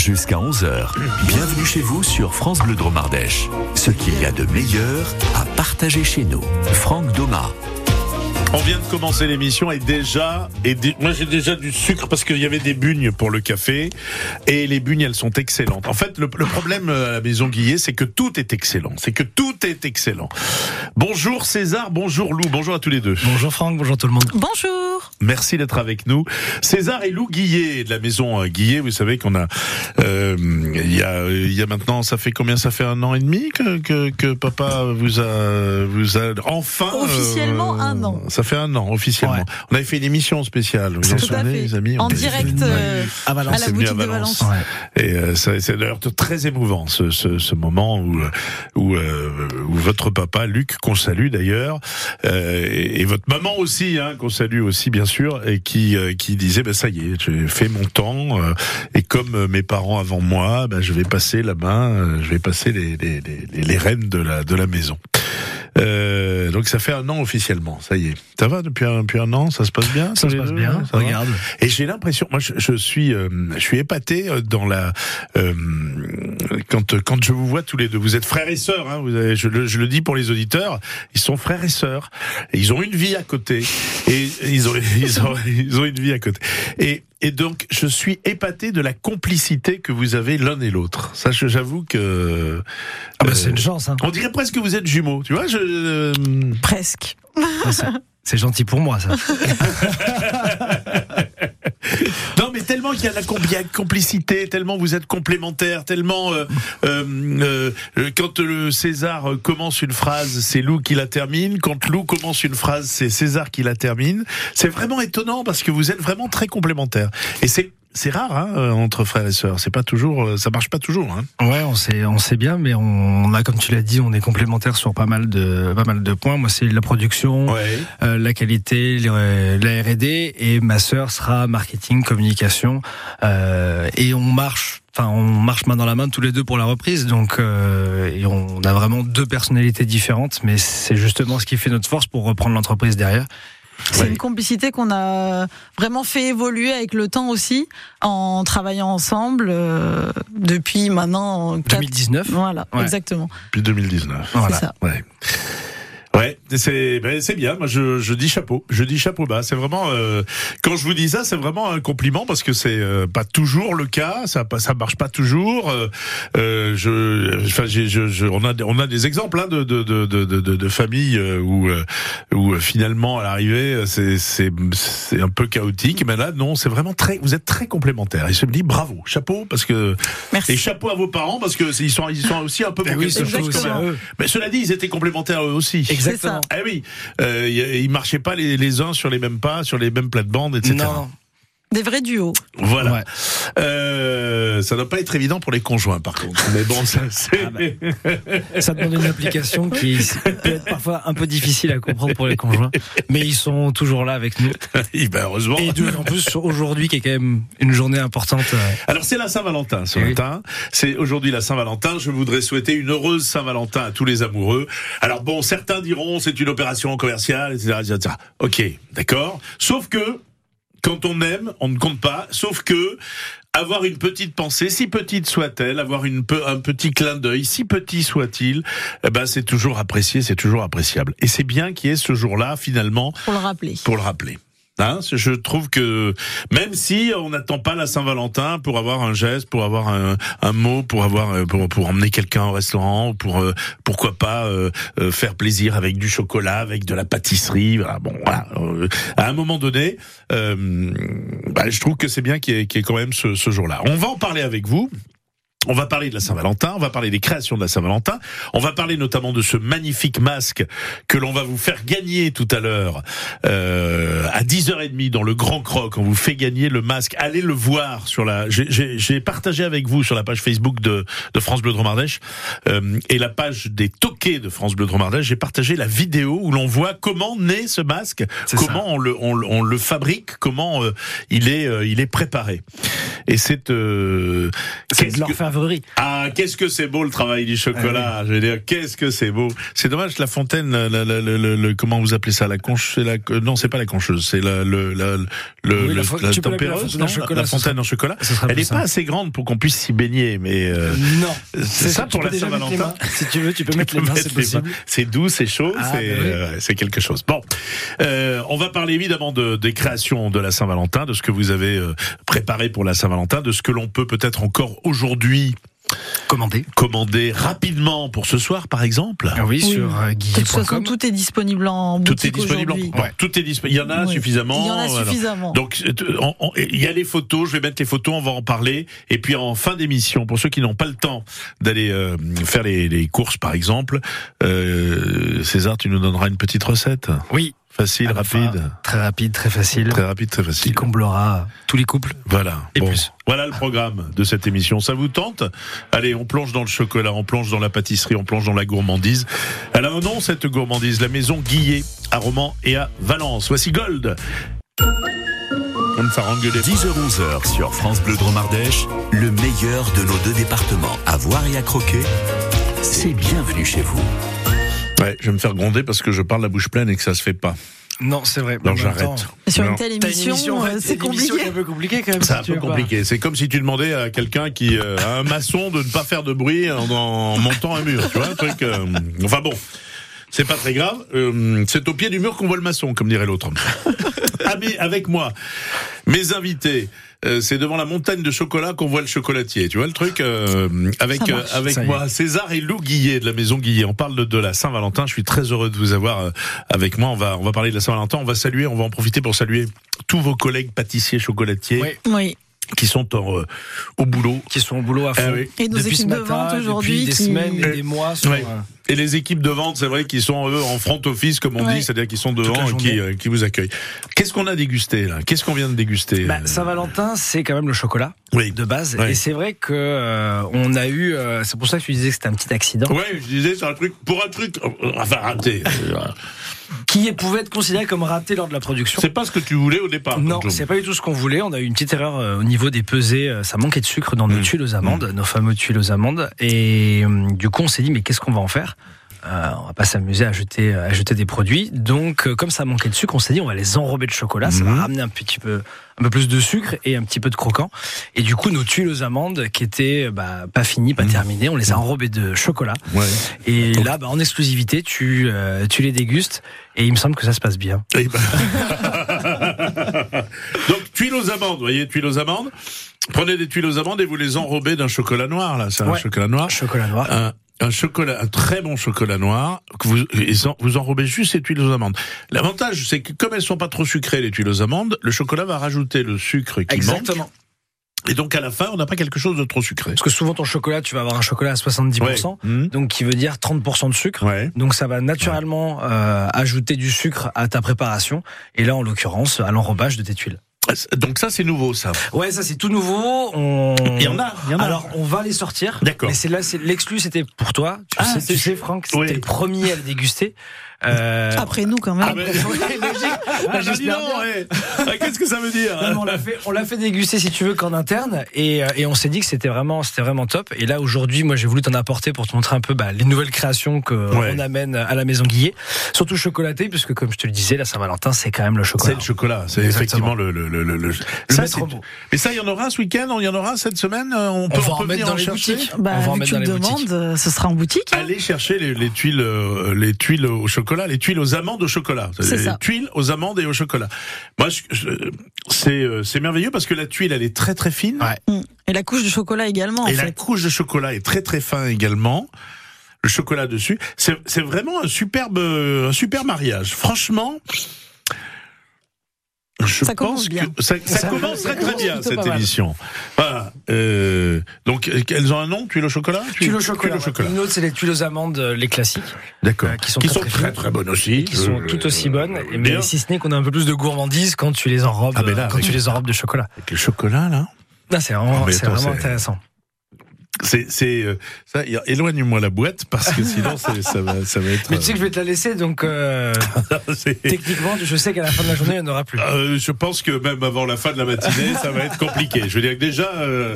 jusqu'à 11h. Bienvenue chez vous sur France Bleu Dromardèche. Ce qu'il y a de meilleur à partager chez nous. Franck Doma. On vient de commencer l'émission et déjà, et dé- moi j'ai déjà du sucre parce qu'il y avait des bugnes pour le café et les bugnes elles sont excellentes. En fait, le, le problème euh, à la maison Guillet, c'est que tout est excellent, c'est que tout est excellent. Bonjour César, bonjour Lou, bonjour à tous les deux. Bonjour Franck, bonjour tout le monde. Bonjour. Merci d'être avec nous. César et Lou Guillet de la maison euh, Guillet, vous savez qu'on a, euh, il y a, il y a maintenant, ça fait combien Ça fait un an et demi que, que, que papa vous a, vous a enfin euh, Officiellement un an. Ça fait un an officiellement. Ouais. On avait fait une émission spéciale. Vous vous en Tout à souvenez, fait. les amis On en était- direct Ouais. euh, À à la c'est boutique venu à de Valence. Valence. Ouais. Et euh, ça- c'est d'ailleurs très émouvant ce, ce, ce moment où, euh, où, euh, où votre papa, Luc, qu'on salue d'ailleurs, euh, et, et votre maman aussi, hein, qu'on salue aussi bien sûr, et qui, euh, qui disait, ben ça y est, j'ai fait mon temps, euh, et comme euh, mes parents avant moi, ben, je vais passer la main, euh, je vais passer les, les, les, les- les rênes de la, de la maison. Euh, donc ça fait un an officiellement, ça y est. Ça va depuis un, depuis un an, ça se passe bien Ça tous se les passe deux, bien, hein, ça va regarde. et j'ai l'impression, moi, je, je suis, euh, je suis épaté euh, dans la euh, quand euh, quand je vous vois tous les deux. Vous êtes frères et sœurs. Hein, vous avez- je, le, je le dis pour les auditeurs, ils sont frères et sœurs. Et ils ont une vie à côté. Et ils ont ils ont ils ont une vie à côté. Et et donc je suis épaté de la complicité que vous avez l'un et l'autre. Ça, je- j'avoue que Ah euh, bah c'est une chance. Hein. on dirait presque que vous êtes jumeaux. Tu vois, je euh, Presque. Ah, c'est- C'est gentil pour moi ça. Non, mais tellement qu'il y a de la com- il y a de complicité, tellement vous êtes complémentaires, tellement euh, euh, euh, euh, quand le César euh, commence une phrase, c'est Lou qui la termine. Quand Lou commence une phrase, c'est César qui la termine. C'est vraiment étonnant parce que vous êtes vraiment très complémentaires. Et c'est c'est rare hein, euh, entre frères et sœurs. C'est pas toujours, euh, ça marche pas toujours. Hein. Ouais, on sait, on sait bien, mais on, on a, comme tu l'as dit, on est complémentaires sur pas mal de, pas mal de points. Moi, c'est la production, Ouais. euh, la qualité, les- euh, la R&D, et ma sœur sera marketing, communication, euh, et on marche. Enfin, on marche main dans la main tous les deux pour la reprise, donc euh, et on a vraiment deux personnalités différentes, mais c'est justement ce qui fait notre force pour reprendre l'entreprise derrière. C'est Ouais. une complicité qu'on a vraiment fait évoluer avec le temps aussi, en travaillant ensemble euh, depuis maintenant 4... 2019. Voilà, Ouais. exactement. Depuis 2019. Voilà. C'est ça. Ouais. Ouais, c'est ben, c'est bien. Moi, je, je dis chapeau. Je dis chapeau bas. C'est vraiment euh, quand je vous dis ça, c'est vraiment un compliment parce que c'est euh, pas toujours le cas. Ça pas- ça marche pas toujours. Euh, euh, je, enfin, j'ai- je, je- on a des- on a des exemples hein, de de de de de, de- de familles euh, où euh, où euh, finalement à l'arrivée euh, c'est c'est c'est un peu chaotique. Mais là, non, c'est vraiment très. Vous êtes très complémentaires. Et je me dis bravo, chapeau parce que et Merci. chapeau à vos parents parce que c'est- ils sont ils sont aussi un peu pour quelque Ben surtout chose aussi hein. comme- à eux. mais cela dit, ils étaient complémentaires eux aussi. Exactement. Eh oui, euh, y- ils marchaient pas les, les uns sur les mêmes pas, sur les mêmes plates-bandes, etc. Non, Des vrais duos. Voilà. Ouais. Euh, ça doit pas être évident pour les conjoints, par contre. Mais bon, ça, c'est... Ah bah. ça demande une application qui peut être parfois un peu difficile à comprendre pour les conjoints, mais ils sont toujours là avec nous. Eh ben, heureusement. Et deux, en plus sur aujourd'hui qui est quand même une journée importante. euh, Alors c'est la Saint-Valentin ce Eh oui. matin. C'est aujourd'hui la Saint-Valentin. Je voudrais souhaiter une heureuse Saint-Valentin à tous les amoureux. Alors bon, certains diront c'est une opération commerciale, etc., etc. Ok, d'accord. Sauf que quand on aime, on ne compte pas. Sauf que avoir une petite pensée, si petite soit-elle, avoir une pe- un petit clin d'œil, si petit soit-il, eh ben c'est toujours apprécié, c'est toujours appréciable. Et c'est bien qu'il y ait ce jour-là finalement Pour le rappeler. pour le rappeler. Hein, c'est- je trouve que même si on n'attend pas la Saint-Valentin pour avoir un geste, pour avoir un, un mot, pour avoir euh, pour, pour emmener quelqu'un au restaurant, ou pour euh, pourquoi pas euh, euh, faire plaisir avec du chocolat, avec de la pâtisserie, voilà, bon, voilà. Euh, à un moment donné, euh, bah, je trouve que c'est bien qu'il y, ait- qu'il y ait quand même ce, ce jour-là. On va en parler avec vous. On va parler de la Saint-Valentin, on va parler des créations de la Saint-Valentin, on va parler notamment de ce magnifique masque que l'on va vous faire gagner tout à l'heure euh, à 10h30 dans le Grand Croc. On vous fait gagner le masque. Allez le voir sur la. j'ai- J'ai j'ai partagé avec vous sur la page Facebook de, de France Bleu Dromardèche euh, et la page des toquets de France Bleu Dromardèche. J'ai partagé la vidéo où l'on voit comment naît ce masque, C'est ça. comment on le, on, le- on le fabrique, comment euh, il est euh, il est préparé. Et c'est euh, C'est une Qu'est-ce de leur que- favori. Ah, qu'est-ce que c'est beau le travail du Ah chocolat. Je veux dire, qu'est-ce que c'est beau. C'est dommage, la fontaine, la, la- la- la- la- la- comment vous appelez ça, la conche, c'est la, euh, non, c'est pas la concheuse, c'est la, le, la, le- le, Oui, la fo- tu peux l'appeler la tempéreuse, fontaine non, en la, chocolat, ce fontaine serait- en chocolat. ce serait Elle plus n'est pas simple. assez grande pour qu'on puisse s'y baigner, mais euh, Non. c'est ça tu pour peux la déjà mettre les Saint-Valentin. mains. Si tu veux, tu peux mettre les mains, mettre c'est les mains. possible. C'est doux, c'est chaud, Ah, c'est bah oui. euh, c'est quelque chose. Bon, Euh, on va parler évidemment de, des créations de la Saint-Valentin, de ce que vous avez euh, préparé pour la Saint-Valentin, de ce que l'on peut peut-être encore aujourd'hui Commander. commander rapidement pour ce soir, par exemple. Ah oui, Oui. sur euh, De toute façon, guillet.com. tout est disponible en boutique Tout est disponible. en- aujourd'hui. Ouais, Tout est disponible. Il y en a Ouais. suffisamment. Il y en a voilà. suffisamment. Donc, euh, on- on- il y a les photos. Je vais mettre les photos. On va en parler. Et puis en fin d'émission, pour ceux qui n'ont pas le temps d'aller euh, faire les, les courses, par exemple, euh, César, tu nous donneras une petite recette Oui. facile, à la fin, rapide, Très rapide, très facile. très rapide, très Qui facile. comblera tous les couples. Voilà. Et plus. Voilà le programme de cette émission. Ça vous tente Allez, on plonge dans le chocolat, on plonge dans la pâtisserie, on plonge dans la gourmandise. Elle a un nom, cette gourmandise, la maison Guillet, à Romans et à Valence. Voici Gold. On ne s'arrangue des 10h-11h sur France Bleu Dromardèche, le meilleur de nos deux départements à voir et à croquer, c'est bienvenu chez vous. Ouais, je vais me faire gronder parce que je parle la bouche pleine et que ça se fait pas. Non, c'est vrai. Alors En même temps, j'arrête. Sur Non. une telle T'as émission, une émission, euh, en fait, c'est une émission qui est compliqué. un peu compliqué quand même. C'est si un tu peu veux pas. compliqué. C'est comme si tu demandais à quelqu'un qui, euh, à un maçon, de ne pas faire de bruit en, en montant un mur. Tu vois, un truc. euh, enfin bon, c'est pas très grave. Euh, c'est au pied du mur qu'on voit le maçon, comme dirait l'autre. Ah, mais avec moi, mes invités. euh, c'est devant la montagne de chocolat qu'on voit le chocolatier. Tu vois le truc euh, avec Ça euh, marche. avec Ça y est. moi César et Lou Guillet de la maison Guillet. On parle de, de la Saint-Valentin. Je suis très heureux de vous avoir euh, avec moi. On va on va parler de la Saint-Valentin. On va saluer. On va en profiter pour saluer tous vos collègues pâtissiers chocolatiers Ouais. Oui. qui sont en, euh, au boulot. Qui sont au boulot à fond. Ah oui. Et nos depuis ce équipes de matin, vente aujourd'hui Depuis des qui- semaines et des mois. Sur, Ouais. euh, Et les équipes de vente, c'est vrai qu'ils sont eux en front office, comme on Ouais. dit, c'est-à-dire qu'ils sont Toute devant la et qui, journée. euh, qui vous accueillent. Qu'est-ce qu'on a dégusté là Qu'est-ce qu'on vient de déguster Bah, euh, Saint-Valentin, c'est quand même le chocolat Oui. de base. Ouais. Et c'est vrai que euh, on a eu. euh, c'est pour ça que tu disais que c'était un petit accident. Ouais, je disais, c'est un truc pour un truc, euh, enfin raté. Ah, Qui pouvait être considéré comme raté lors de la production. c'est pas ce que tu voulais au départ. Non, Jean-Claude. c'est pas du tout ce qu'on voulait. On a eu une petite erreur euh, au niveau des pesées. Euh, Ça manquait de sucre dans nos Mm. tuiles aux amandes, nos fameux tuiles aux amandes. Et hum, du coup, on s'est dit, mais qu'est-ce qu'on va en faire Euh, On va pas s'amuser à jeter, à jeter des produits. Donc, euh, comme ça manquait de sucre, on s'est dit, on va les enrober de chocolat. Ça Mm. va ramener un petit peu, un peu plus de sucre et un petit peu de croquant. Et du coup, nos tuiles aux amandes, qui étaient euh, bah, pas finies, pas Mm. terminées, on les a enrobées de chocolat. Ouais. Et là, bah, en exclusivité, tu, euh, tu les dégustes. Et il me semble que ça se passe bien. Eh ben. Donc tuiles aux amandes, voyez, tuiles aux amandes. Prenez des tuiles aux amandes et vous les enrobez d'un chocolat noir là, c'est un Ouais. chocolat noir. Chocolat noir. un, un chocolat, un très bon chocolat noir que vous et en- vous enrobez juste les tuiles aux amandes. L'avantage, c'est que comme elles sont pas trop sucrées les tuiles aux amandes, le chocolat va rajouter le sucre qui manque. Exactement. Et donc à la fin, on n'a pas quelque chose de trop sucré. Parce que souvent, ton chocolat, tu vas avoir un chocolat à 70%, Ouais. Mmh. donc qui veut dire 30% de sucre. Ouais. Donc ça va naturellement euh, ajouter du sucre à ta préparation, et là en l'occurrence à l'enrobage de tes tuiles. Ah. Donc ça, c'est nouveau, ça. Ouais, ça c'est tout nouveau. On... Il y en a, il y en a. Alors on va les sortir. D'accord. Mais c'est là, c'est l'exclu, c'était pour toi. Tu, Ah, sais, c'est- tu sais, Franck, c'était Oui. le premier à le déguster. Euh, Après nous, quand même. ben, ouais, logique. ah, bah, J'espère dis donc, bien. ouais. Ah, Qu'est-ce que ça veut dire Non, mais on l'a fait, on l'a fait déguster si tu veux qu'en interne et, euh, et on s'est dit que c'était vraiment, c'était vraiment top. Et là aujourd'hui, moi j'ai voulu t'en apporter pour te montrer un peu bah, les nouvelles créations que euh, Ouais. on amène à la maison Guillet, surtout chocolaté puisque comme je te le disais, la Saint-Valentin c'est quand même le C'est chocolat. le chocolat, c'est Exactement. effectivement le le le le. le- Ça, maître c'est- mot. Mais ça, il y en aura ce week-end, on y en aura cette semaine. euh, On peut, va en peut mettre venir dans en les chercher. boutiques. Bah, On va en vu mettre que dans tu me les boutiques. demandes, euh, ce sera en boutique. hein. Allez chercher les, les tuiles, euh, les tuiles au chocolat, les tuiles aux amandes au chocolat. C'est les ça. tuiles aux amandes et au chocolat. Moi, je- je- c'est euh, c'est merveilleux parce que la tuile, elle est très très fine. Ouais. Mm. Et la couche de chocolat également, en et la fait. couche de chocolat est très très fin également. Le chocolat dessus, c'est c'est vraiment un superbe, euh, un super mariage. Franchement. Je Ça commence pense bien. que ça, ça Ça- commence ça très très commence bien plutôt cette pas mal. émission. Voilà. Euh, donc euh, elles ont un nom, tuiles au chocolat, Tuiles au chocolat. Tuiles au ouais. chocolat. Une autre c'est les tuiles aux amandes, euh, les classiques, D'accord. euh, qui sont, qui très, sont très très fines, très bonnes aussi. et qui sont Je- euh, tout aussi bonnes. je- Et mais bien. si ce n'est qu'on a un peu plus de gourmandise quand tu les enrobes, Ah, mais là, euh, quand oui. tu les enrobes de chocolat. Avec le chocolat là, Là c'est vraiment, Ah, mais c'est attends, vraiment c'est- intéressant. C'est, c'est, euh, ça, éloigne-moi la boîte parce que sinon c'est- ça va, ça va être. Mais tu sais que je vais te la laisser, donc euh, euh, c'est- techniquement, je sais qu'à la fin de la journée, il n'y en aura plus. Euh, je pense que même avant la fin de la matinée, ça va être compliqué. Je veux dire que déjà, euh,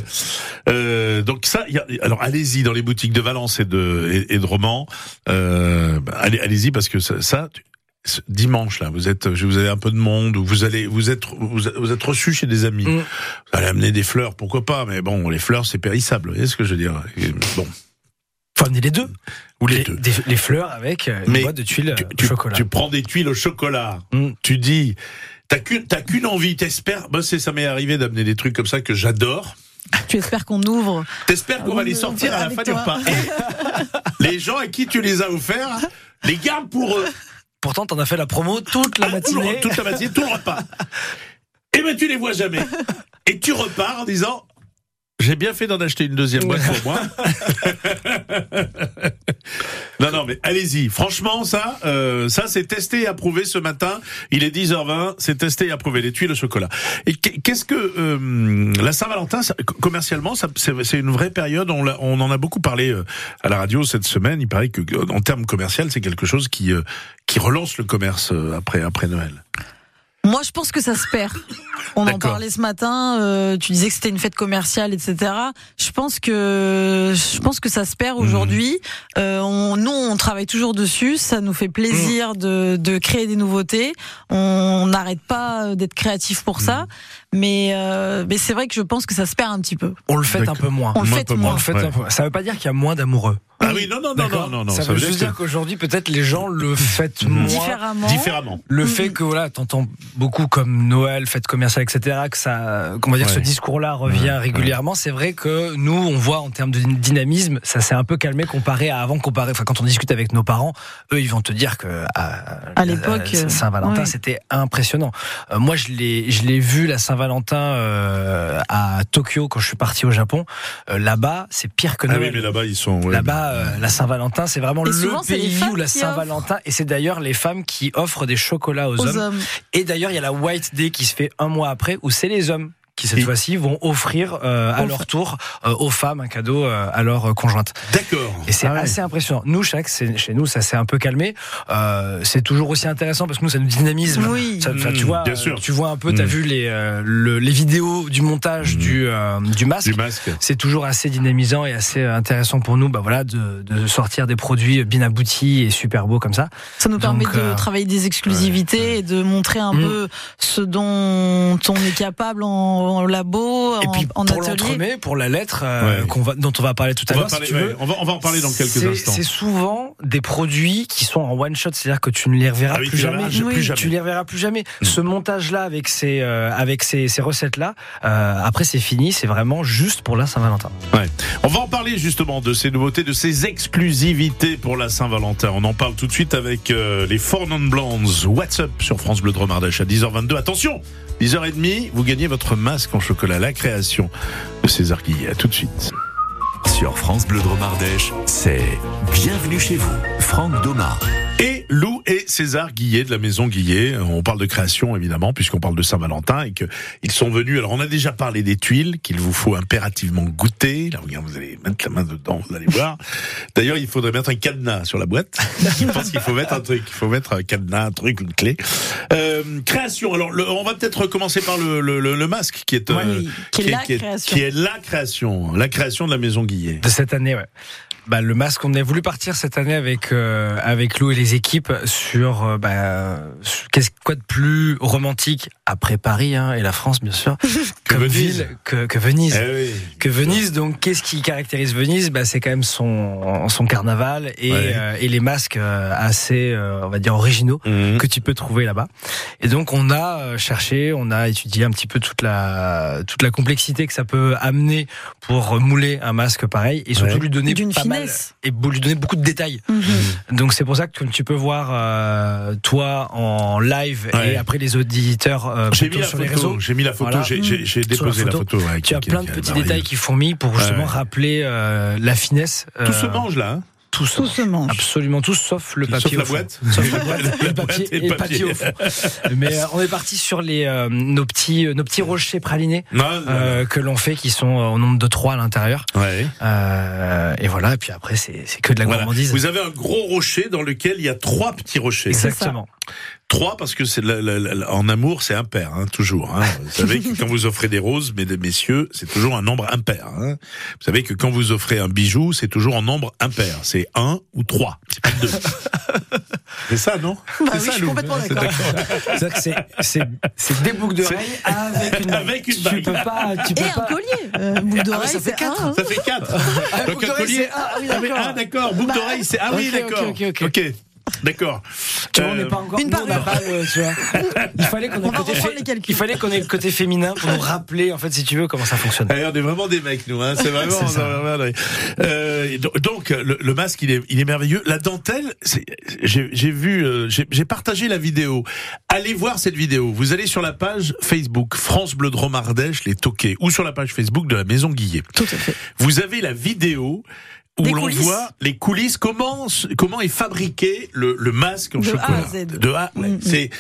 euh, donc ça, il y a- alors allez-y dans les boutiques de Valence et de et, et de Romans. Euh, bah, allez, allez-y parce que ça, ça, tu- ce dimanche là, vous êtes, je vous avez un peu de monde ou vous allez, vous êtes, vous, vous êtes reçu chez des amis. Mm. Vous allez amener des fleurs, pourquoi pas Mais bon, les fleurs, c'est périssable. Vous voyez ce que je veux dire Et Bon, Faut amener les deux. ou les Les, deux. des- les fleurs avec euh, une Mais boîte de tuiles tu, euh, tu- chocolat. tu prends des tuiles au chocolat. Mm. Tu dis, t'as qu'une, t'as qu'une envie, t'espères. Bah, c'est, ça m'est arrivé d'amener des trucs comme ça que j'adore. Tu espères qu'on ouvre. T'espères Ah qu'on oui, va les mais sortir à la avec fin du toi. repas. Et les gens à qui tu les as offerts, les gardes pour eux. Pourtant, t'en as fait la promo toute la Ah, Tout le- matinée. toute la matinée, tout le repas. Et ben, tu les vois jamais. Et tu repars en disant, j'ai bien fait d'en acheter une deuxième boîte pour moi. non, non, mais allez-y. Franchement, ça, euh, ça, c'est testé et approuvé ce matin. Il est 10h20. C'est testé et approuvé. Les tuiles au chocolat. Et qu'est- qu'est-ce que, euh, la Saint-Valentin, ça, commercialement, ça, c'est c'est une vraie période. On, l'a- on en a beaucoup parlé euh, à la radio cette semaine. Il paraît que, en termes commercial, c'est quelque chose qui, euh, qui relance le commerce euh, après, après Noël. Moi, je pense que ça se perd. On en D'accord. parlait ce matin. euh, tu disais que c'était une fête commerciale, etc. Je pense que je pense que ça se perd aujourd'hui. Euh, on- nous, on travaille toujours dessus. Ça nous fait plaisir de, de créer des nouveautés. On n'arrête pas euh, d'être créatif pour ça. Mais euh, mais c'est vrai que je pense que ça se perd un petit peu. On le fête un D'accord. peu moins. On le Moi, fête pas moins. On le fête un peu moins. Ça veut pas dire qu'il y a moins d'amoureux. Ah oui, non, non, non, non, D'accord non, non. Ça, veut juste que- dire qu'aujourd'hui, peut-être les gens le fêtent Mmh. moins. Différemment. différemment. Le Mhm. fait que voilà, t'entends beaucoup comme Noël, fête commerciale, etc., que ça, comment dire, Ouais. ce discours-là revient Ouais, régulièrement. C'est vrai que nous, on voit en termes de dynamisme, ça s'est un peu calmé comparé à avant, comparé. Enfin, quand on discute avec nos parents, eux, ils vont te dire que à, À l'époque, euh, à Saint-Valentin, ouais. c'était impressionnant. Euh, moi, je l'ai, je l'ai vu la Saint-Valentin euh, à Tokyo quand je suis parti au Japon. Euh, là-bas, c'est pire que Ah Noël. oui, mais là-bas, ils sont. ouais. Là-bas, euh, la Saint-Valentin, c'est vraiment Et le souvent, c'est les pays femmes où la qui Saint-Valentin, et c'est d'ailleurs les femmes qui offrent des chocolats aux, aux hommes. hommes. Et d'ailleurs, il y a la White Day qui se fait un mois après, où c'est les hommes qui cette Et- fois-ci vont offrir euh, à Aux leur tour euh, aux femmes un cadeau euh, à leur euh, conjointe. D'accord. Et c'est Ah ouais. assez impressionnant. Nous, chaque, c'est- chez nous, ça s'est un peu calmé. Euh, c'est toujours aussi intéressant parce que nous, ça nous dynamise. Oui. Ça- enfin, Mmh, tu vois, bien euh, sûr. tu vois un peu, t'as Mmh. vu les euh, le- les vidéos du montage Mmh. du euh, du masque Du masque. c'est toujours assez dynamisant et assez intéressant pour nous bah voilà, de, de sortir des produits bien aboutis et super beaux comme ça. Ça nous permet Donc, de euh, travailler des exclusivités et de montrer un Mm. peu ce dont on est capable en, en labo, en, et puis en pour atelier. l'entremet, pour la lettre euh, Ouais. qu'on va, dont on va parler tout à On va, l'heure, si parler, tu ouais, veux. on, va, on va en parler dans quelques C'est- instants. C'est souvent des produits qui sont en one shot, c'est-à-dire que tu ne les reverras Ah oui, tu plus les jamais. reverras plus jamais. Tu les reverras plus jamais. Mm. Ce montage-là avec ces euh, avec ces, ces recettes-là, euh, après c'est fini, c'est vraiment juste pour la Saint-Valentin. On va en parler justement de ces nouveautés, de ces exclusivités pour la Saint-Valentin. On en parle tout de suite avec euh, les Four Non Blondes. What's up sur France Bleu de Romardèche à 10h22. Attention, 10h30, vous gagnez votre masque en chocolat. La création de César Guillet. À tout de suite. Sur France Bleu Drôme Ardèche, c'est Bienvenue chez vous, Franck Domar. Et Lou et César Guillet de la maison Guillet. On parle de création évidemment puisqu'on parle de Saint-Valentin et que ils sont venus. Alors on a déjà parlé des tuiles qu'il vous faut impérativement goûter. Là regarde, vous allez mettre la main dedans, vous allez voir. D'ailleurs il faudrait mettre un cadenas sur la boîte. Je pense qu'il faut mettre un truc, il faut mettre un cadenas, un truc, une clé. Euh, création. Alors le- on va peut-être commencer par le, le- le- le masque qui est, euh, Oui, qui est la création. qui est la création, la création de la maison Guillet. De cette année, ouais. Bah, le masque, on a voulu partir cette année avec euh, avec Lou et les équipes sur, euh, bah, sur- qu'est-ce quoi de plus romantique après Paris hein, et la France bien sûr Que comme Venise. ville que, que Venise Eh oui. que Venise donc qu'est-ce qui caractérise Venise bah, c'est quand même son son carnaval et, Ouais. euh, et les masques euh, assez euh, on va dire originaux Mhm. que tu peux trouver là-bas. Et donc on a euh, cherché, on a étudié un petit peu toute la toute la complexité que ça peut amener pour mouler un masque pareil et surtout Ouais. lui donner D'une pas finesse. mal et bou- lui donner beaucoup de détails. Mhm. Donc c'est pour ça que comme tu peux voir euh, toi en live Ouais. et après les auditeurs euh, J'ai plutôt mis la sur photo, les réseaux. j'ai mis la photo, Voilà. j'ai- j'ai j'ai Sur déposé la la photo. photo. ouais, Tu qui- as qui- plein de qui- petits merveilleux. détails qui fourmillent pour justement Ouais. rappeler euh, la finesse. Tout se euh, mange là. hein. tout tout se Tout mange. se mange. Absolument tout, sauf le Sauf papier la au fond. boîte. Sauf la boîte, La et le boîte papier, et le et le papier au fond. Mais euh, on est parti sur les, euh, nos, petits, euh, nos petits rochers pralinés Non, euh, que l'on fait, qui sont euh, au nombre de trois à l'intérieur. ouais. Euh, et voilà, et puis après, c'est c'est que de la Voilà. gourmandise. Vous avez un gros rocher dans lequel il y a trois petits rochers. Exactement. Trois parce que c'est la- la- la- en amour c'est impair hein, toujours. hein. Vous savez que quand vous offrez des roses, mesdames, messieurs, c'est toujours un nombre impair. hein. Vous savez que quand vous offrez un bijou, c'est toujours en nombre impair. C'est un ou trois. C'est pas deux. c'est ça non Bah C'est oui, ça, je suis Lou complètement C'est d'accord. C'est-à-dire que c'est- c'est- c'est des boucles d'oreilles avec une Avec une Tu bague. peux pas. Tu Et peux un pas. collier. Euh, boule Ah, mais d'oreille, ça fait c'est quatre. un, hein. Ça fait quatre. Donc boucle un d'oreille, collier. c'est- Ah oui, Ah, mais- ah, d'accord. Boucle d'oreille c'est ah oui Bah. ok, ok, d'accord. ok, ok. D'accord. Tu vois, on Euh, n'est pas encore. une nous, on n'a pas parure. le- euh, tu vois. Il fallait qu'on ait, On le va côté reprendre fé- les calculs. il fallait qu'on ait le côté féminin pour nous rappeler, en fait, si tu veux, comment ça fonctionne. Eh, on est vraiment des mecs, nous. Hein. C'est vraiment. C'est ça. on est vraiment- Euh, et do- donc, le, le masque, il est, il est merveilleux. La dentelle, c'est- j'ai j'ai vu, euh, j'ai j'ai partagé la vidéo. Allez voir cette vidéo. Vous allez sur la page Facebook France Bleu Drôme Ardèche, les toqués, ou sur la page Facebook de la Maison Guillet. Tout à fait. Vous avez la vidéo où Des l'on coulisses. voit les coulisses, comment, s- comment est fabriqué le, le masque en De A chocolat. à Z. De A, ouais, Mm, c'est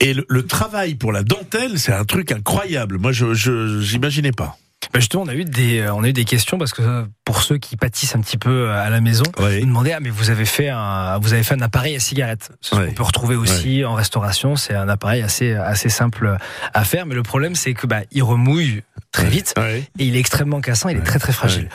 et le, le travail pour la dentelle, c'est un truc incroyable. Moi, je je- j'imaginais pas. Bah, justement, on a eu des, euh, on a eu des questions parce que euh, pour ceux qui pâtissent un petit peu euh, à la maison, Oui. ils demandaient ah mais vous avez fait un, vous avez fait un appareil à cigarette. C'est ce Ouais. qu'on peut retrouver aussi en restauration. C'est un appareil assez assez simple euh, à faire, mais le problème c'est que bah il remouille très vite Ouais. et il est extrêmement cassant. Il est très très fragile.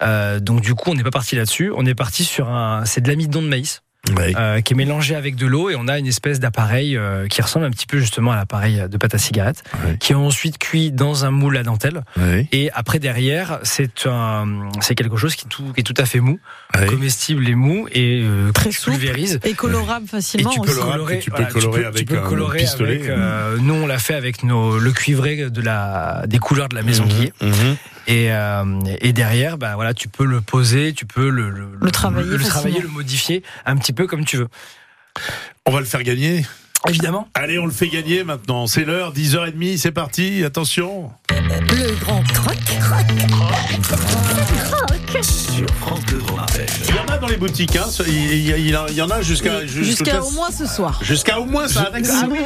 Euh, donc du coup, on n'est pas parti là-dessus. On est parti sur un, c'est de l'amidon de maïs. Ouais. euh, qui est mélangé avec de l'eau et on a une espèce d'appareil euh, qui ressemble un petit peu justement à l'appareil de pâte à cigarette, Ouais. qui est ensuite cuit dans un moule à dentelle. Ouais. Et après derrière, c'est un, c'est quelque chose qui, est tout, qui est tout à fait mou, Ouais. comestible et mou et euh, Très que tu souple. pulvérises. Et colorable Et facilement tu aussi. colores. Colorable que tu peux colorer avec peux un colorer pistolet. avec, euh, nous, on l'a fait avec nos, le cuivré de la, des couleurs de la maison Guillet. Mhm. Et, euh, et derrière, bah voilà, tu peux le poser, tu peux le, le, travailler le, facilement. travailler, le modifier un petit peu comme tu veux. On va le faire gagner. Évidemment. Allez, on le fait gagner maintenant. C'est l'heure, 10h30, c'est parti. Attention. Le grand croc, croc, Sur France Bleu Dromardèche. Il y en a dans les boutiques. Hein. Il, il- il en- il y en a jusqu'à jusqu'au- Euh, Jusqu'à au moins ce soir. Jusqu'à au moins ça. d'accord. Ah oui.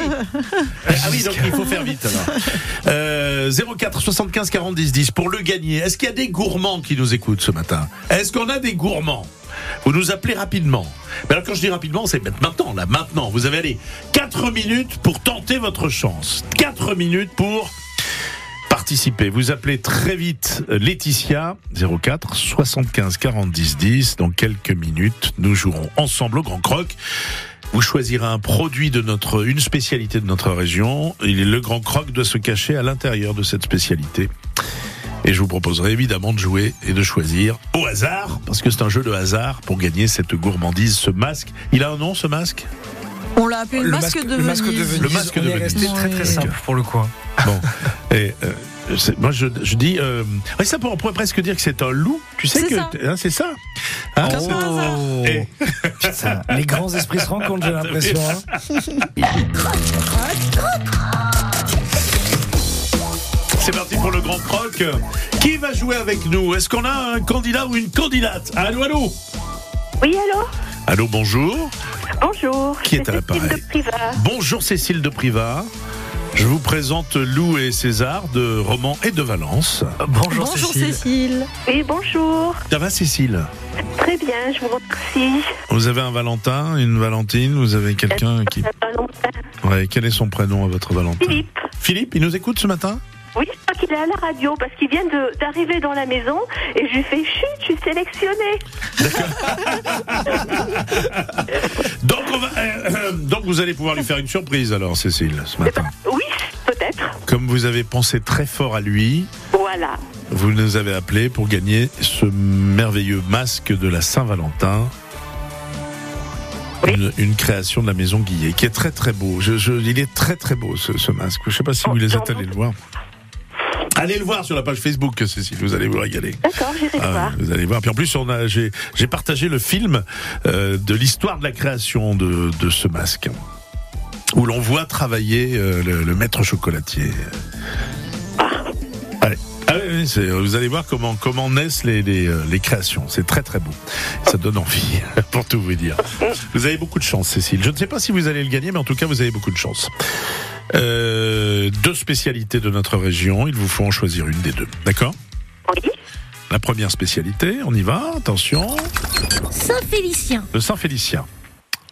Ah oui, donc il faut faire vite. alors. Euh, 04 75 40 10 10 pour le gagner. Est-ce qu'il y a des gourmands qui nous écoutent ce matin Est-ce qu'on a des gourmands Vous nous appelez rapidement. Mais alors quand je dis rapidement, c'est maintenant, là, maintenant. Vous avez allez 4 minutes pour tenter votre chance. 4 minutes pour participer. Vous appelez très vite euh, Laetitia 04 75 40 10 10. Dans quelques minutes, nous jouerons ensemble au Grand Croc. Vous choisirez un produit de notre, une spécialité de notre région. Il est le grand croc doit se cacher à l'intérieur de cette spécialité. Et je vous proposerai évidemment de jouer et de choisir au hasard, parce que c'est un jeu de hasard pour gagner cette gourmandise, ce masque. Il a un nom, ce masque On l'a appelé le masque de le masque de Venise. Venise. Le masque on de est Venise. resté très très Ouais. simple pour le coup. hein. Bon. et, euh, c'est- moi, je, je dis. euh, ouais, ça, on pourrait presque dire que c'est un loup. Tu sais C'est que. ça. hein, c'est ça. Hein, Comme c'est- par hasard. Eh. Putain, les grands esprits se rencontrent, j'ai l'impression. hein. C'est parti pour le grand croc. Qui va jouer avec nous Est-ce qu'on a un candidat ou une candidate Allô, allô Oui, allô Allô, bonjour. Bonjour. Qui est c'est à Cécile l'appareil de Privas. Bonjour Cécile de Privat. Je vous présente Lou et César de Romans et de Valence. Bonjour, Bonjour Cécile. Cécile. Oui, bonjour. Ça va Cécile Très bien, je vous remercie. Vous avez un Valentin, une Valentine, vous avez quelqu'un qui... Ça fait longtemps. Ouais, quel est son prénom à votre Valentin Euh, Philippe. Philippe, il nous écoute ce matin Oui, je crois qu'il est à la radio parce qu'il vient de- d'arriver dans la maison et je lui fais chut, je suis sélectionnée. donc, on va- euh, euh, donc vous allez pouvoir lui faire une surprise alors Cécile ce matin. Eh ben, Oui, peut-être. Comme vous avez pensé très fort à lui, Voilà. vous nous avez appelé pour gagner ce merveilleux masque de la Saint-Valentin. Oui. Une, une création de la maison Guillet, qui est très très beau. Je, je- il est très très beau ce, ce masque. Je ne sais pas si Oh, vous les j'en êtes allés doute. le voir. Allez le voir sur la page Facebook, Cécile, vous allez vous régaler. D'accord, j'irai Ah, voir. vous allez voir. Puis en plus, on a, j'ai, j'ai partagé le film euh, de l'histoire de la création de, de ce masque, où l'on voit travailler euh, le, le maître chocolatier. Allez. Ah oui, oui, c'est- vous allez voir comment comment naissent les les, euh, les créations. C'est très très beau. Ça donne envie pour tout vous dire. Vous avez beaucoup de chance, Cécile. Je ne sais pas si vous allez le gagner, mais en tout cas, vous avez beaucoup de chance. Euh, deux spécialités de notre région. Il vous faut en choisir une des deux. D'accord Oui. La première spécialité, on y va. Attention, Saint-Félicien, le Saint-Félicien.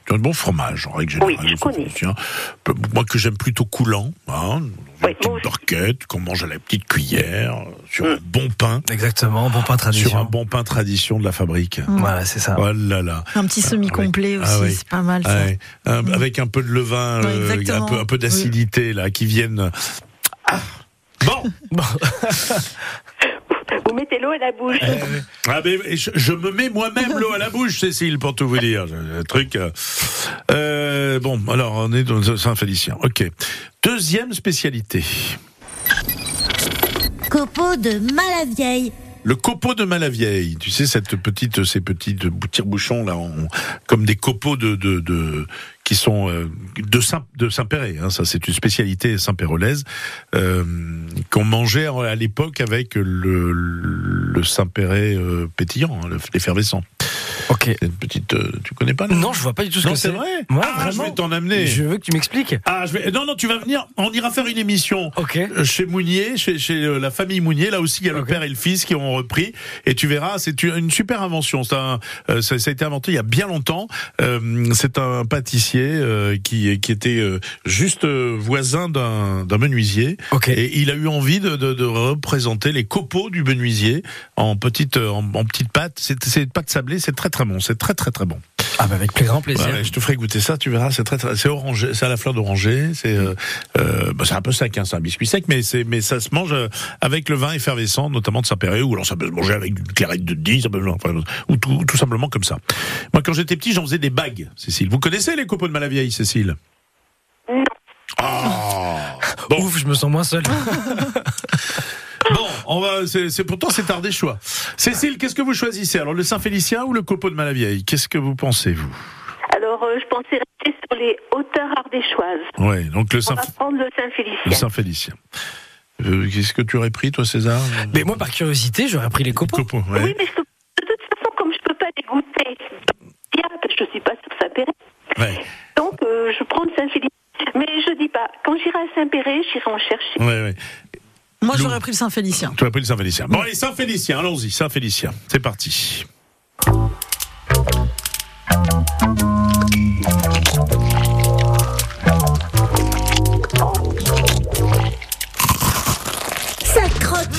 C'est Un bon fromage, en règle générale. Oui, je le connais. Saint-Félicien. Peu- Moi que j'aime plutôt coulant, hein, Oui, une moi petite aussi. Mm. barquette qu'on mange à la petite cuillère, euh, sur un bon pain, Exactement, bon pain tradition. sur un bon pain tradition de la fabrique. Hmm. Voilà, c'est ça. Oh là là. Un petit semi-complet Ah aussi, oui. c'est pas mal. ça. Ouais. Un- Avec un peu de levain, Ouais, euh, un exactement. peu, un peu d'acidité là, qui viennent. Ah. Bon. Vous mettez l'eau à la bouche. Euh, ah ben, je, je me mets moi-même l'eau à la bouche, Cécile, pour tout vous dire. Le truc. euh, euh, bon, alors on est dans le Saint-Félicien. Ok. Deuxième spécialité, copeaux de Malavieille, le copeau de Malavieille. Tu sais cette petite, ces petites tire-bouchons là, en- comme des copeaux de, de, de- qui sont euh, de Saint de Saint-Péret. hein. ça, c'est une spécialité Saint-Pérolaise euh, qu'on mangeait à l'époque avec le, le Saint-Péret euh, pétillant, hein, le- l'effervescent. Ok. C'est Une petite, euh, tu connais pas là Non, je vois pas du tout ce Non, que c'est c'est. vrai. Ouais, Ah, vraiment. je vais t'en amener. Je veux que tu m'expliques. Ah, je vais. Non, non, tu vas venir. On ira faire une émission. Ok. euh, Chez Mounier, chez, chez euh, la famille Mounier, là aussi il y a le Ok. père et le fils qui ont repris. Et tu verras, c'est une une super invention. C'est un, euh, ça, ça a été inventé il y a bien longtemps. Euh, c'est un pâtissier euh, qui, qui était euh, juste euh, voisin d'un d'un menuisier. Ok. Et il a eu envie de, de- de représenter les copeaux du menuisier en petite euh, en, en petite pâte. C'est c'est pâte sablée, c'est très très bon. C'est très très très bon. Ah bah avec plus grand plaisir. Ouais, ouais, je te ferai goûter ça, tu verras, c'est très, très c'est orangé, c'est à la fleur d'oranger, c'est euh, euh, bah, c'est un peu sec, hein, c'est un biscuit sec, mais c'est mais ça se mange euh, avec le vin effervescent, notamment de Saint-Péret, ou alors ça peut se manger avec une clairette de 10, ça peut se manger, enfin, ou tout, tout simplement comme ça. Moi, quand j'étais petit, j'en faisais des bagues, Cécile. Vous connaissez les copeaux de Malavieille, Cécile Non. Ah Bon. Ouf, je me sens moins seul. Bon, on va. C'est c'est- pourtant c'est tard des choix. Cécile, qu'est-ce que vous choisissez Alors le Saint-Félicien ou le copeau de Malavieille Qu'est-ce que vous pensez vous Alors, euh, je pensais rester sur les hauteurs ardéchoises. Ouais, donc le On Saint. va prendre le Le Saint-Félicien. Saint-Félicien. Euh, Qu'est-ce que tu aurais pris, toi, César Mais moi, par curiosité, j'aurais pris les copeaux. Copeaux, ouais. Oui, mais je peux- de toute façon, comme je peux pas les goûter, bien, parce que je suis pas sur Saint-Péret, Ouais, donc euh, je prends le Saint-Félicien. Mais je dis pas, quand j'irai à Saint-Péret, j'irai en chercher. ouais, ouais. Moi, Lou. j'aurais pris le Saint-Félicien. Tu aurais pris le Saint-Félicien. Bon, allez, Saint-Félicien, allons-y, Saint-Félicien. C'est parti. ça croque,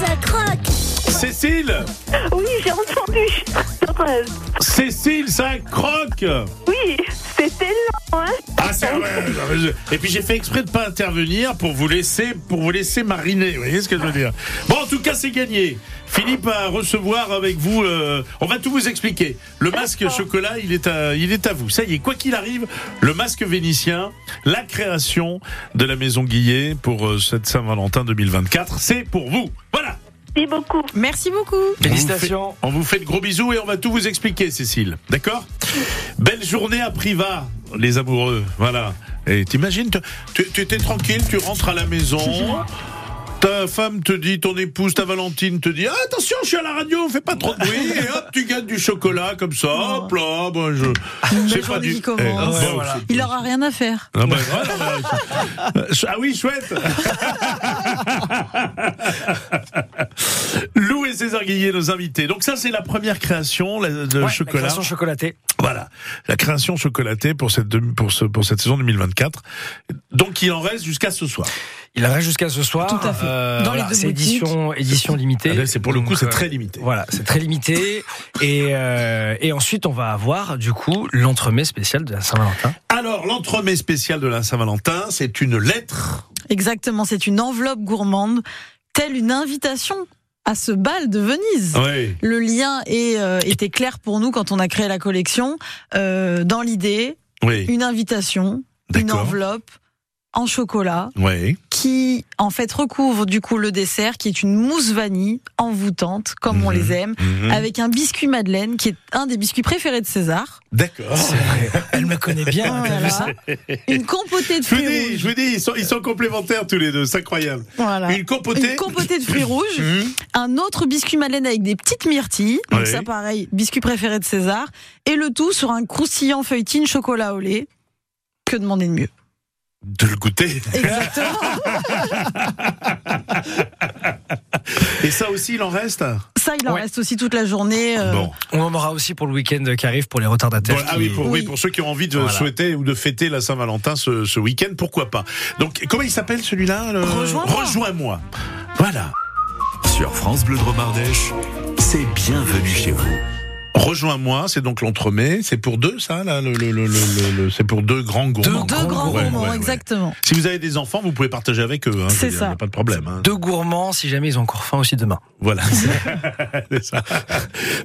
ça croque, Cécile Ah Oui, j'ai entendu, je suis heureuse. Cécile, ça croque Oui, c'était long, hein Ah, c'est ouais, ouais, ouais. Et puis j'ai fait exprès de pas intervenir pour vous laisser pour vous laisser mariner. Vous voyez ce que je veux dire Bon, en tout cas, c'est gagné. Philippe à recevoir avec vous. euh, on va tout vous expliquer. Le masque chocolat, il est à il est à vous. Ça y est, quoi qu'il arrive, le masque vénitien, la création de la maison Guillet pour euh, cette Saint-Valentin 2024, c'est pour vous. Voilà. Merci beaucoup. Merci beaucoup. Félicitations. On vous fait de gros bisous et on va tout vous expliquer, Cécile. D'accord Belle journée à Priva, les amoureux. Voilà. Et t'imagines, tu- tu tu étais tranquille, tu rentres à la maison. Ta femme te dit, ton épouse, ta Valentine te dit, Ah, attention, je suis à la radio, fais pas trop de bruit, et hop, tu gagnes du chocolat comme ça, hop là, bon, je. c'est Eh, journée qui commence. bon, Ouais, voilà. c'est- Il aura rien à faire. ah, bah, voilà, voilà. ah oui, chouette Lou et César Guillet, nos invités. Donc ça, c'est la première création la- de Ouais, euh, chocolat. La création chocolatée. Voilà, la création chocolatée pour cette, demi- pour, ce, pour cette saison 2024. Donc il en reste jusqu'à ce soir. Il reste jusqu'à ce soir. Tout à fait. Euh, Dans les voilà, deux c'est boutiques. édition, édition limitée. Ah là, c'est pour le Donc, coup, c'est euh, très limité. Voilà, c'est très limité. et, euh, et ensuite, on va avoir, du coup, l'entremets spécial de la Saint-Valentin. Alors, l'entremets spécial de la Saint-Valentin, c'est une lettre. Exactement, c'est une enveloppe gourmande, telle une invitation à ce bal de Venise. Oui. Le lien est, euh, était clair pour nous quand on a créé la collection. Euh, dans l'idée, Oui. une invitation, une D'accord. enveloppe en chocolat Oui. qui qui en fait recouvre du coup le dessert qui est une mousse vanille envoûtante comme on Mhm. les aime Mhm. avec un biscuit madeleine qui est un des biscuits préférés de César. D'accord. Elle me connaît bien, t'as vu Voilà. ça Une compotée de Je vous fruits dis, je rouges. vous dis, ils sont, ils sont complémentaires tous les deux, c'est incroyable. Voilà. Une compotée. Une compotée de fruits rouges. Mhm. un autre biscuit madeleine avec des petites myrtilles. Donc Oui. ça, pareil, biscuit préféré de César. Et le tout sur un croustillant feuilletine chocolat au lait. Que demander de mieux De le goûter. Exactement. Et ça aussi, il en reste ça, il en Ouais. reste aussi toute la journée. euh, Bon. On en aura aussi pour le week-end qui arrive pour les retardataires. Bon, ah oui qui- pour, oui, Oui. pour ceux qui ont envie de Voilà. souhaiter ou de fêter la Saint-Valentin ce, ce week-end, pourquoi pas. Donc, comment il s'appelle celui-là le- Rejoins-moi. Rejoins-moi. voilà. Sur France Bleu Dromardèche, c'est bienvenu chez vous. Rejoins-moi, c'est donc l'entremets. C'est pour deux, ça, là, le, le- le- le- le- c'est pour deux grands gourmands. Deux grands Ouais, moments, ouais, ouais. exactement. Si vous avez des enfants, vous pouvez partager avec eux. Hein, C'est Il n'y a ça. pas de problème. hein. Deux gourmands, si jamais ils ont encore faim aussi demain. Voilà. C'est ça.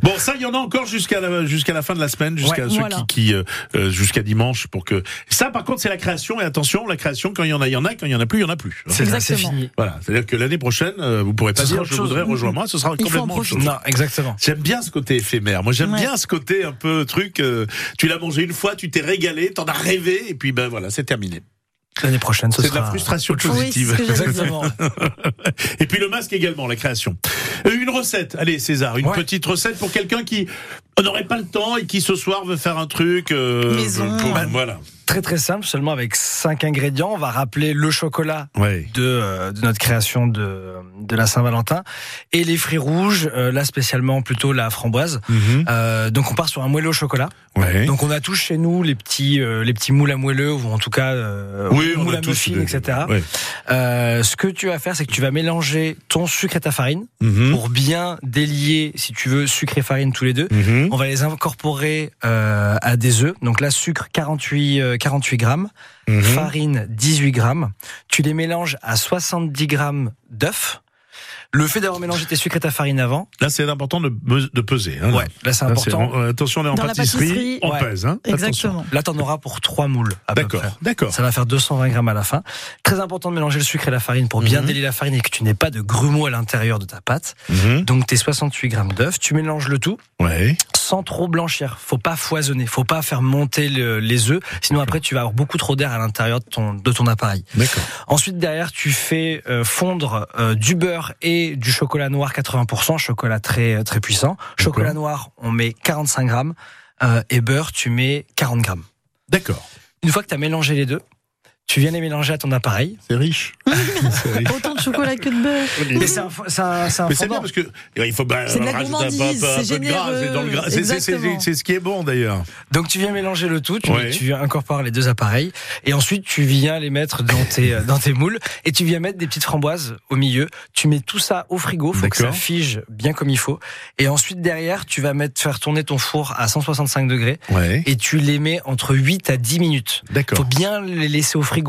Bon, ça, il y en a encore jusqu'à la, jusqu'à la fin de la semaine, jusqu'à Ouais, ceux voilà. qui, qui, euh, euh, jusqu'à dimanche, pour que. Ça, par contre, c'est la création. Et attention, la création, quand il y en a, il y en a. Quand il y en a plus, il y en a plus. hein. C'est ça, c'est Exactement. fini. Voilà. C'est-à-dire que l'année prochaine, euh, vous pourrez pas Ce sera dire, autre je chose. voudrais rejoindre moi. Ce sera faut en complètement autre chose. profiter. Non, exactement. J'aime bien ce côté éphémère. Moi, j'aime Ouais. bien ce côté un peu truc. euh, tu l'as mangé une fois, tu t'es régalé, t'en as rêvé, et puis ben voilà, c'est terminé. L'année prochaine, ce C'est de sera. la frustration Oui, c'est positive. ce que j'allais dire. Exactement. Et puis le masque également, la création. Euh, Une recette, allez César, une Ouais. petite recette pour quelqu'un qui n'aurait pas le temps et qui ce soir veut faire un truc. euh, Maison. Bah, pour- Ouais. Voilà. très très simple, seulement avec cinq ingrédients. On va rappeler le chocolat Ouais. de, euh, de notre création de, de la Saint-Valentin et les fruits rouges, euh, là spécialement plutôt la framboise. Mhm. Euh, donc on part sur un moelleux au chocolat. Ouais. Donc on a tous chez nous les petits euh, les petits moules à moelleux ou en tout cas euh, oui, on moules a à tous muffins, des- etc. Ouais. Euh, ce que tu vas faire, c'est que tu vas mélanger ton sucre et ta farine Mhm. pour bien délier, si tu veux, sucre et farine tous les deux. Mhm. On va les incorporer euh, à des œufs. Donc là, sucre 48, euh, 48 grammes, Mhm. farine 18 grammes. Tu les mélanges à 70 grammes d'œufs. Le fait d'avoir mélangé tes sucres et ta farine avant, Là, c'est important de, me- de peser. hein, là. ouais, là c'est Là, c'est- important. on- attention, on est en Dans la pâtisserie, pâtisserie, on ouais. pèse. Hein, attention. Exactement. Là, t'en auras pour trois moules à peu près. D'accord, d'accord. Ça va faire 220 grammes à la fin. Très important de mélanger le sucre et la farine pour bien Mhm. délier la farine et que tu n'aies pas de grumeaux à l'intérieur de ta pâte. Mhm. Donc tes 68 grammes d'œufs, tu mélanges le tout Ouais. sans trop blanchir. Faut pas foisonner, faut pas faire monter le- les œufs, sinon après tu vas avoir beaucoup trop d'air à l'intérieur de ton, de ton appareil. D'accord. Ensuite derrière tu fais euh, fondre euh, du beurre et du chocolat noir 80%, chocolat très euh, très puissant. Chocolat noir on met 45 grammes euh, et beurre tu mets 40 grammes. D'accord. Une fois que tu as mélangé les deux, tu viens les mélanger à ton appareil. C'est riche. C'est riche. Autant de chocolat que de beurre. Mais c'est un, fo- c'est un, c'est un Mais c'est bien fondant. parce que euh, il faut bah, C'est de la rajouter gourmandise, un peu- un peu c'est de gras, généreux. c'est dans le gras. C'est- c'est- C'est Exactement. c'est ce qui est bon d'ailleurs. Donc tu viens mélanger le tout, tu, Ouais. tu viens incorporer les deux appareils, et ensuite tu viens les mettre dans tes euh, dans tes moules, et tu viens mettre des petites framboises au milieu. Tu mets tout ça au frigo, faut que ça D'accord. fige bien comme il faut. Et ensuite derrière, tu vas mettre faire tourner ton four à 165 degrés, Ouais. et tu les mets entre 8 à 10 minutes. Faut D'accord. bien les laisser au frigo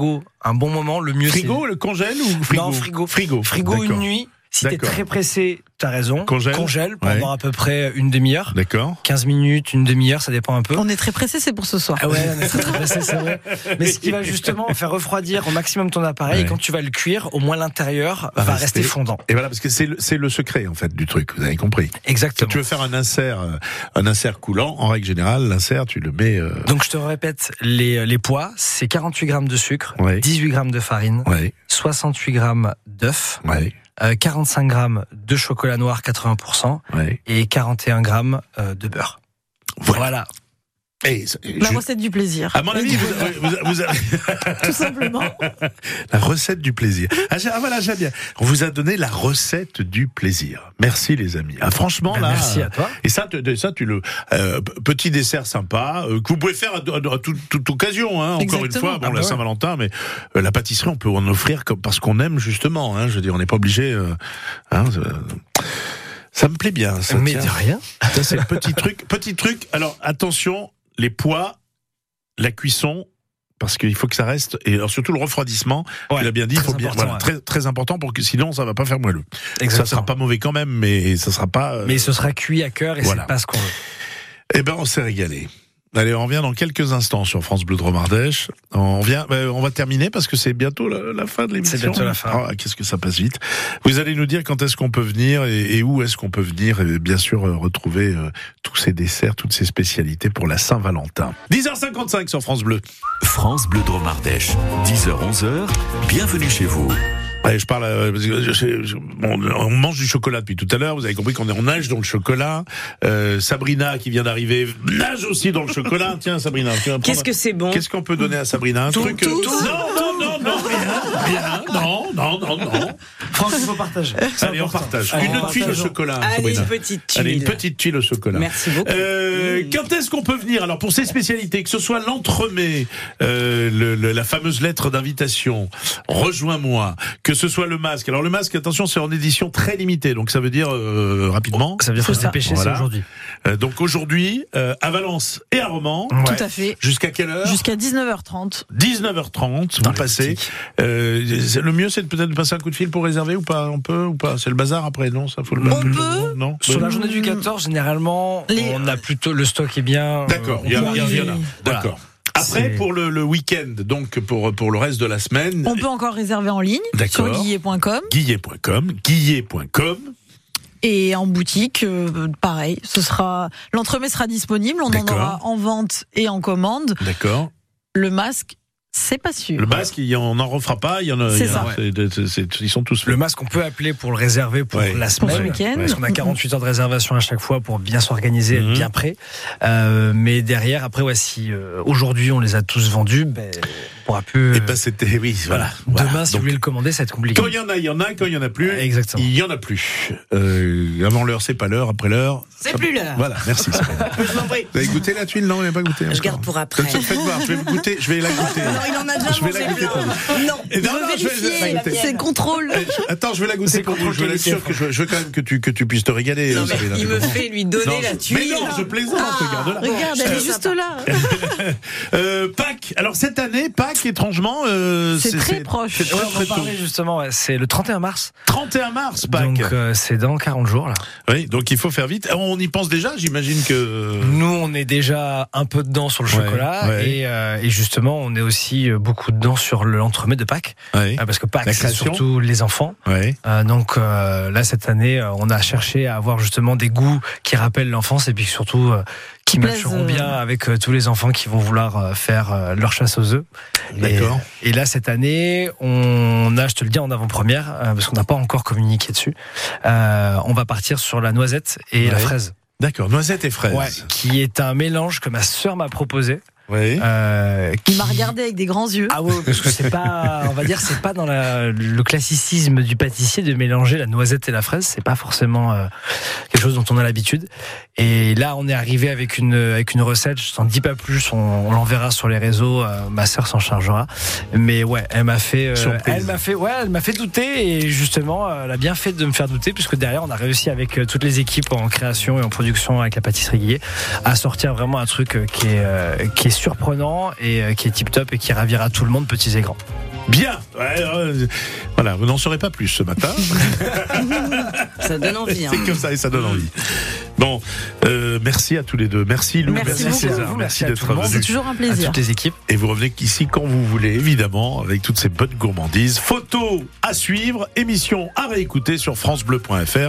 un bon moment, le mieux Frigo, le congèle ou c'est frigo non frigo. Frigo. Frigo une D'accord. nuit. Si t'es D'accord. très pressé, t'as raison. Congèle. pendant Ouais. à peu près une demi-heure, D'accord. 15 minutes, une demi-heure, ça dépend un Euh. peu. On est très pressé, c'est pour ce soir. Ah ouais, on est très, très pressé, c'est vrai. Mais ce qui va justement faire refroidir au maximum ton appareil, Ouais. Ah bah, et quand tu vas le cuire, au moins l'intérieur Va va rester. rester fondant. Et voilà, parce que c'est le, c'est le secret en fait du truc, vous avez compris. Quand Exactement. tu veux faire un insert, euh, un insert coulant, en règle générale, l'insert, tu le mets. euh, Donc je te répète les, les poids, c'est 48 grammes de sucre, Ouais. 18 grammes de farine, Ouais, 68 grammes d'œufs, ouais, euh, 45 grammes de chocolat noir 80% ouais. et 41 grammes euh, de beurre. Voilà. Voilà. Et, c'est- La je- recette du plaisir. à mon avis, vous, vous, vous- Tout simplement. la recette du plaisir. Ah, j'ai- ah, voilà, j'aime bien. On vous a donné la recette du plaisir. Merci les amis. Ah, franchement Bah, là. merci euh, à toi. Et ça, tu- de- ça tu le euh, p- petit dessert sympa euh, que vous pouvez faire à, à- à toute, toute occasion. Hein, encore une Exactement. fois, bon, Ah bah la ouais. Saint-Valentin, mais euh, la pâtisserie, on peut en offrir comme, parce qu'on aime justement. Hein, je veux dire, on n'est pas obligé. euh, hein, ça- ça me plaît bien. Ça, Mais tiens. de rien. Ça, c'est le petit truc. Petit truc. Alors attention, les poids, la cuisson. Parce qu'il faut que ça reste, et alors surtout le refroidissement, Ouais, tu l'as bien dit, très faut bien, important, voilà, ouais. très, très important pour que sinon ça va pas faire moelleux. Ça sera Exactement. pas mauvais quand même, mais ça sera pas. euh, Mais ce sera cuit à cœur et Voilà. c'est pas ce qu'on veut. Eh ben, on s'est régalé. Allez, on revient dans quelques instants sur France Bleu Drôme Ardèche. On revient, bah, on va terminer parce que c'est bientôt la, la fin de l'émission. C'est bientôt la fin. Ah, Qu'est-ce que ça passe vite. Vous allez nous dire quand est-ce qu'on peut venir et, et où est-ce qu'on peut venir et bien sûr euh, retrouver euh, tous ces desserts, toutes ces spécialités pour la Saint-Valentin. 10h55 sur France Bleu. France Bleu Drôme Ardèche, 10h-11h, bienvenue chez vous. Allez, je parle. euh, parce que je- je- je- bon, on mange du chocolat depuis tout à l'heure. Vous avez compris qu'on est on nage dans le chocolat. Euh, Sabrina qui vient d'arriver nage aussi dans le chocolat. Tiens, Sabrina, tu vas prendre- Qu'est-ce que c'est bon Qu'est-ce qu'on peut donner à Sabrina Un truc. euh, tout. Non, non, non, non, rien, rien. Non, non, non, non. Franck, il faut partager. C'est Allez, on important. partage. Allez, une on tuile au partage. chocolat, Allez, Sabrina. une petite tuile. Allez, une petite tuile au chocolat. Merci beaucoup. Mm. Euh, quand est-ce qu'on peut venir Alors pour ces spécialités, que ce soit l'entremets, euh, le- le- la fameuse lettre d'invitation, rejoins-moi, que ce soit le masque. Alors le masque, attention, c'est en édition très limitée, donc ça veut dire euh, rapidement. Ça veut dire faut se dépêcher, Voilà. c'est aujourd'hui. Euh, donc aujourd'hui, euh, à Valence et à Romans, Tout à fait. jusqu'à quelle heure Jusqu'à 19h30. 19h30, Dans vous les passez. boutiques. Euh, c'est- le mieux, c'est de peut-être passer un coup de fil pour réserver ou pas. On peut ou pas. C'est le bazar après, non Ça faut le. On peut. Non. Bah, Sur la journée du 14, généralement, Les- on a plutôt le stock est bien. D'accord, il y, en a- il y en a. Oui. D'accord. Après, C'est- pour le, le week-end, donc pour, pour le reste de la semaine, On peut encore réserver en ligne sur Euh. D'accord. guillet.com guillet.com, guillet.com, et en boutique, euh, pareil. Ce sera l'entremets sera disponible. On en D'accord. aura en vente et en commande. d'accord. Le masque, c'est pas sûr. Le masque, il y en- on n'en refera pas, il y en a. C'est il y en a- ça. c'est- c'est- c'est- ils sont tous Le masque, on peut appeler pour le réserver pour Ouais. la pour semaine. ce Ouais, week-end. ouais. Parce qu'on a 48 heures de réservation à chaque fois pour bien s'organiser, être Mhm. bien prêt. Euh, mais derrière, après, ouais, si euh, aujourd'hui on les a tous vendus, ben, on pourra plus. Et euh, ben c'était, oui, voilà. Demain, Voilà. si Donc, vous voulez le commander, ça va être compliqué. Quand il y en a, il y en a. Quand il y en a plus, Exactement. il y en a plus. Euh, avant l'heure, c'est pas l'heure. Après l'heure, C'est plus l'heure. Voilà, merci. Sabrina. Je m'en prie. Vous avez goûté la tuile Non, on n'a pas goûté. Je encore. garde pour après. Comme ça, faites voir, je vais vous goûter, je vais la goûter. Non, il en a déjà Je vais mangé la goûter plein. pour vous. Non, Et non, non, je vais- je vais la goûter. C'est contrôle. Eh, je- Attends, je vais la goûter C'est pour vous. contre Je veux être qualité, sûr que je, je veux quand même que tu, que tu puisses te régaler. Non, euh, mais Sabrina, il tu me comprends fait Ah. lui donner Non, la je- tuile. Mais non, je plaisante, regarde-la. Regarde, elle je- est juste là. Euh, Pâques. Alors cette année, Pâques, étrangement, euh, C'est très proche. c'est très, Ouais, on en très tôt. parlait justement, ouais, c'est le 31 mars. 31 mars, Pâques. Donc euh, c'est dans 40 jours là. oui, donc il faut faire vite. On y pense déjà, j'imagine que. Nous, on est déjà un peu dedans sur le Ouais, chocolat ouais. Et, euh, et justement, on est aussi euh, beaucoup dedans sur le- l'entremets de Pâques, Ouais, Ah, parce que La Pâques c'est création. surtout les enfants. ouais. Euh, donc euh, là, cette année, euh, on a cherché à avoir justement des goûts qui rappellent l'enfance et puis surtout euh, qui plaisent, matcheront euh, bien avec euh, tous les enfants qui vont vouloir euh, faire euh, leur chasse aux œufs. Et- D'accord. Et là, cette année, on a, je te le dis, en avant-première, euh, parce qu'on n'a pas encore communiqué dessus, euh, on va partir sur la noisette et la Ouais. fraise, D'accord. Noisettes et fraises. qui est un mélange que ma sœur m'a proposé. Ouais. euh, Il qui- m'a regardé avec des grands yeux. Ah ouais, parce que c'est pas, on va dire, c'est pas dans la- le classicisme du pâtissier de mélanger la noisette et la fraise. C'est pas forcément euh, quelque chose dont on a l'habitude. Et là, on est arrivé avec une avec une recette. Je t'en dis pas plus. On, on l'enverra sur les réseaux. euh, ma sœur s'en chargera. Mais ouais, elle m'a fait, euh, Surprise. elle m'a fait, ouais, elle m'a fait douter. Et justement, euh, elle a bien fait de me faire douter, puisque derrière, on a réussi avec euh, toutes les équipes en création et en production avec la pâtisserie Guillet à sortir vraiment un truc euh, qui est, euh, qui est surprenant et euh, qui est tip top et qui ravira tout le monde, petits et grands. Bien. Ouais, euh, voilà, vous n'en saurez pas plus ce matin. Ça donne envie. hein. C'est comme ça et ça donne envie. Bon, euh, merci à tous les deux. Merci Lou, merci, Merci beaucoup. César, merci Merci à tout d'être le monde. C'est venu. toujours un À Ah, plaisir. toutes les équipes. Et vous revenez ici quand vous voulez, évidemment, avec toutes ces bonnes gourmandises. Photos à suivre, émission à réécouter sur francebleu.fr.